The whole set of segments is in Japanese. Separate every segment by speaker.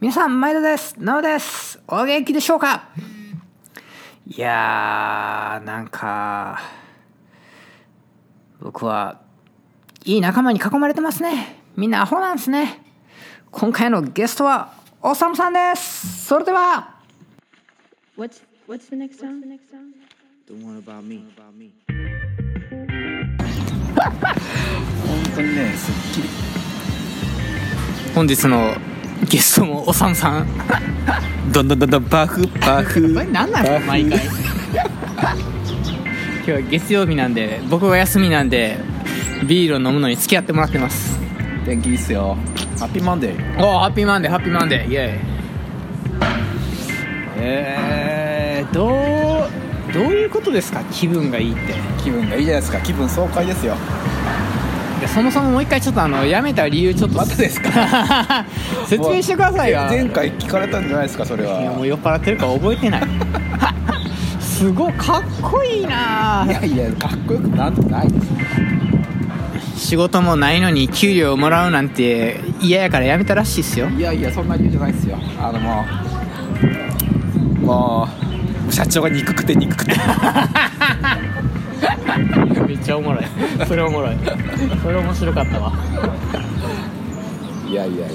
Speaker 1: 皆さん、毎度です。なおです。お元気でしょうかいやー、なんか、僕は、いい仲間に囲まれてますね。みんなアホなんですね。今回のゲストは、おさむさんです。それでは、
Speaker 2: What's what's the next song?
Speaker 3: Don't worry about me.
Speaker 1: 本日のゲストもおさむさん。
Speaker 3: どんどんどんどんバフバフ。
Speaker 1: これ何なんですか毎回今日は月曜日なんで僕が休みなんでビールを飲むのに付き合ってもらってます
Speaker 3: 天気いいっすよ。ハッピーマンデー。
Speaker 1: おおハッピーマンデーハッピーマンデーイエ
Speaker 3: え
Speaker 1: ーイどうどういうことですか気分がいいって
Speaker 3: ー、気分がいいじゃないですか。気分爽快ですよ。
Speaker 1: いやそもそももう一回ちょっとあのやめた理由ちょっと
Speaker 3: またです
Speaker 1: か 説明してくださいよ
Speaker 3: 前回聞かれたんじゃないですか、それ
Speaker 1: いやも
Speaker 3: は。
Speaker 1: う酔っ払ってるから覚えてない すごいかっこいいない
Speaker 3: やいや、かっこよくなんてないです。
Speaker 1: 仕事もないのに給料をもらうなんて嫌やからやめたらしいっすよ
Speaker 3: いやいや、そんな理由じゃないですよ。あのもう、もう、社長が憎くて憎くて。
Speaker 1: めっちゃおもろいそれおもろいそれ面白かったわ
Speaker 3: いやいやいや、あ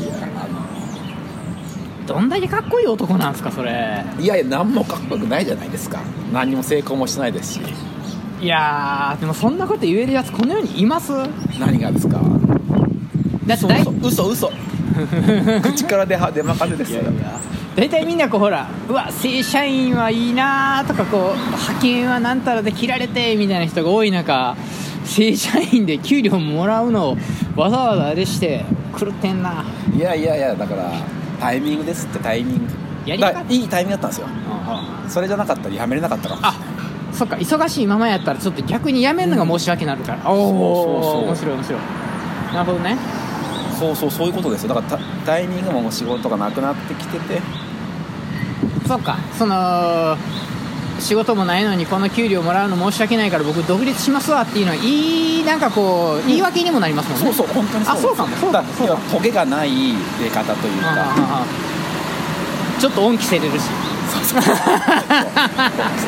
Speaker 3: の、
Speaker 1: どんだけかっこいい男なんすかそれ
Speaker 3: いやいや、何もかっこよくないじゃないですか。何にも成功もしないですし。
Speaker 1: いやーでもそんなこと言えるやつこの世にいますだ
Speaker 3: 何がですか
Speaker 1: って大
Speaker 3: 嘘嘘 嘘嘘口から出は出まかせですよ
Speaker 1: 大体みんなこうほらうわ正社員はいいなーとかこう派遣はなんたらで切られてみたいな人が多い中正社員で給料もらうのをわざわざあれして狂ってんない
Speaker 3: やいやいやだからタイミングですってタイミング
Speaker 1: やり方
Speaker 3: だからいいタイミングだったんですよそれじゃなかったらやめれなかったかも
Speaker 1: あそっか忙しいままやったらちょっと逆にやめるのが申し訳になるから、おお面
Speaker 3: そうそ
Speaker 1: 白い面白いなるほどね
Speaker 3: そうそうそういうことですよだからタタイミングももう仕事がなくなってきてて
Speaker 1: そっかその仕事もないのにこの給料もらうの申し訳ないから僕独立しますわっていうのはいいなんかこう言い訳にもなりますもんね、
Speaker 3: そうそう本当にそう
Speaker 1: あ
Speaker 3: です
Speaker 1: そうかもそうかも
Speaker 3: だ
Speaker 1: そうかも
Speaker 3: 要はトゲがない出方という
Speaker 1: ああ
Speaker 3: か
Speaker 1: ああちょっと恩着せれるし
Speaker 3: そうそうそうそうそう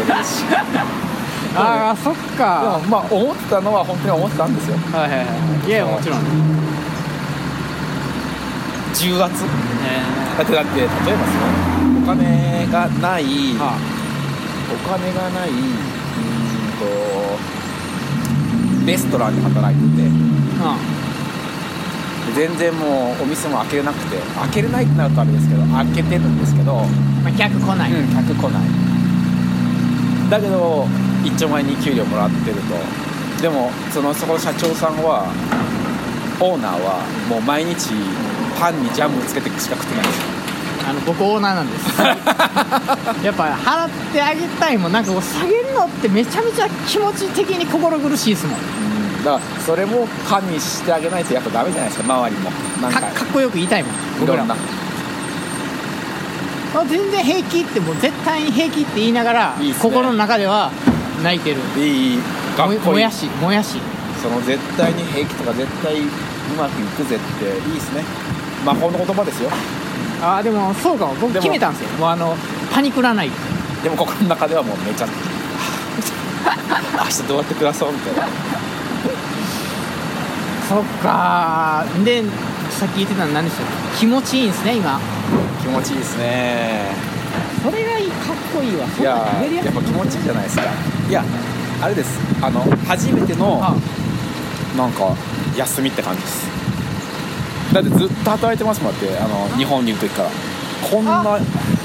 Speaker 3: ですしで
Speaker 1: ああそっ
Speaker 3: も
Speaker 1: か
Speaker 3: まあ思ってたのは本当に思ってたんですよ
Speaker 1: はいはいはいいやいやもちろん、
Speaker 3: 重圧だってだって例えばそのお金がない
Speaker 1: あ
Speaker 3: お金がないうーんとレストランで働いて
Speaker 1: あ
Speaker 3: てで全然もうお店も開けれなくて開けれないってなるとあれですけど開けてるんですけど、
Speaker 1: まあ客来ない、
Speaker 3: うん客来ないだけど一丁前に給料もらってるとでもそのそこの社長さんはオーナーはもう毎日パンにジャムつけてしか食ってないんですよ
Speaker 1: あの僕オーナーなんです やっぱ払ってあげたいもんなんかこう下げるのってめちゃめちゃ気持ち的に心苦しいですもんか
Speaker 3: うんだからそれも加味してあげないとやっぱダメじゃないですか周りもなんか
Speaker 1: かっこよく言いたいもん
Speaker 3: い
Speaker 1: 僕ら
Speaker 3: ろん
Speaker 1: も
Speaker 3: な
Speaker 1: あ全然平気ってもう絶対に平気って言いながら
Speaker 3: いいっすね
Speaker 1: 心の中では泣いてる
Speaker 3: いいかっ
Speaker 1: も
Speaker 3: こ
Speaker 1: も
Speaker 3: いい
Speaker 1: やしもやし
Speaker 3: その絶対に平気とか絶対うまくいくぜっていいですね魔法の言葉ですよ
Speaker 1: ああでもそうかも僕
Speaker 3: でも
Speaker 1: 決めたんですよもうあのパニクらないって
Speaker 3: でも心の中ではもうめちゃ 明日どうやって暮らそうみたいな
Speaker 1: そっかーでさっき言ってたの何でしたっけ気持ちいいんですね今
Speaker 3: 気持ちいいですね
Speaker 1: それがいいかっこいいわそ
Speaker 3: い
Speaker 1: ん
Speaker 3: や
Speaker 1: なん言えるや
Speaker 3: やっぱ気持ちいいじゃないですかいやあれですあの初めての
Speaker 1: あ
Speaker 3: なんか休みって感じですだってずっと働いてますもんだってあの日本にいる時からこんな
Speaker 1: あ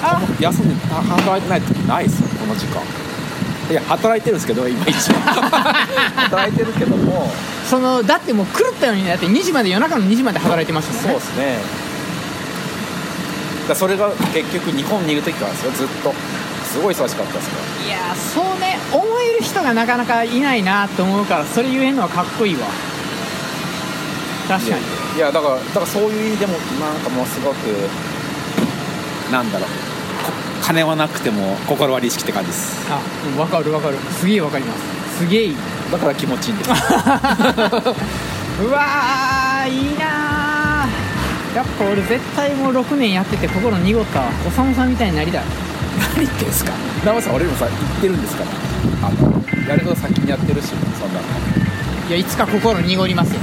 Speaker 1: あ
Speaker 3: 休んで働いてない時ないですよこの時間いや働いてるんですけど今一応働いてるけども
Speaker 1: そのだってもう狂ったようにねだって2時まで夜中の2時まで働いてました
Speaker 3: そう
Speaker 1: もんね
Speaker 3: ですねだからそれが結局日本にいる時からですよずっとすごい忙しかったですか
Speaker 1: いやーそうね思える人がなかなかいないなと思うからそれ言えるのはかっこいいわ
Speaker 3: ら
Speaker 1: 確かに
Speaker 3: いやだからだからそういう意味でもなんかもうすごくなんだろうこ金はなくても心は利式って感じです
Speaker 1: あうんわかるわかるすげえわかりますすげえ いい
Speaker 3: だから気持ちいいんです
Speaker 1: うわーいいなーやっぱ俺絶対もう6年やってて心濁ったわおさむさんみたいになりたい
Speaker 3: 何言ってんすか直哉さん俺にもさ言ってるんですからあのやること先にやってるしそんなの
Speaker 1: いやいつか心濁りますよ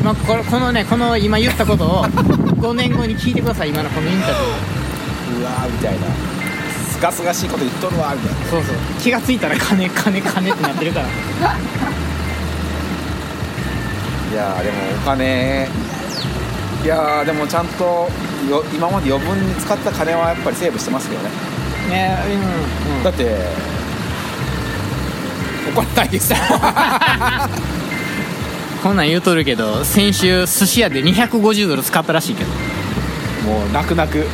Speaker 1: 今これこのねこの今言ったことを5年後に聞いてください今のこのインタビュー
Speaker 3: うわーみたいなすがすがしいこと言っとるわみたいな
Speaker 1: そうそう気がついたら金 金金ってなってるから
Speaker 3: いやーでもお金いやーでもちゃんとよ今まで余分に使った金はやっぱりセーブしてますけどね
Speaker 1: ねうん、う
Speaker 3: だって怒らないですよ
Speaker 1: ん、こんなん言うとるけど先週寿司屋で250ドル使ったらしいけど
Speaker 3: もう泣く泣く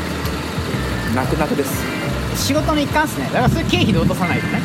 Speaker 3: 泣く泣くです
Speaker 1: 仕事の一環っすねだからそれ経費で落とさないとね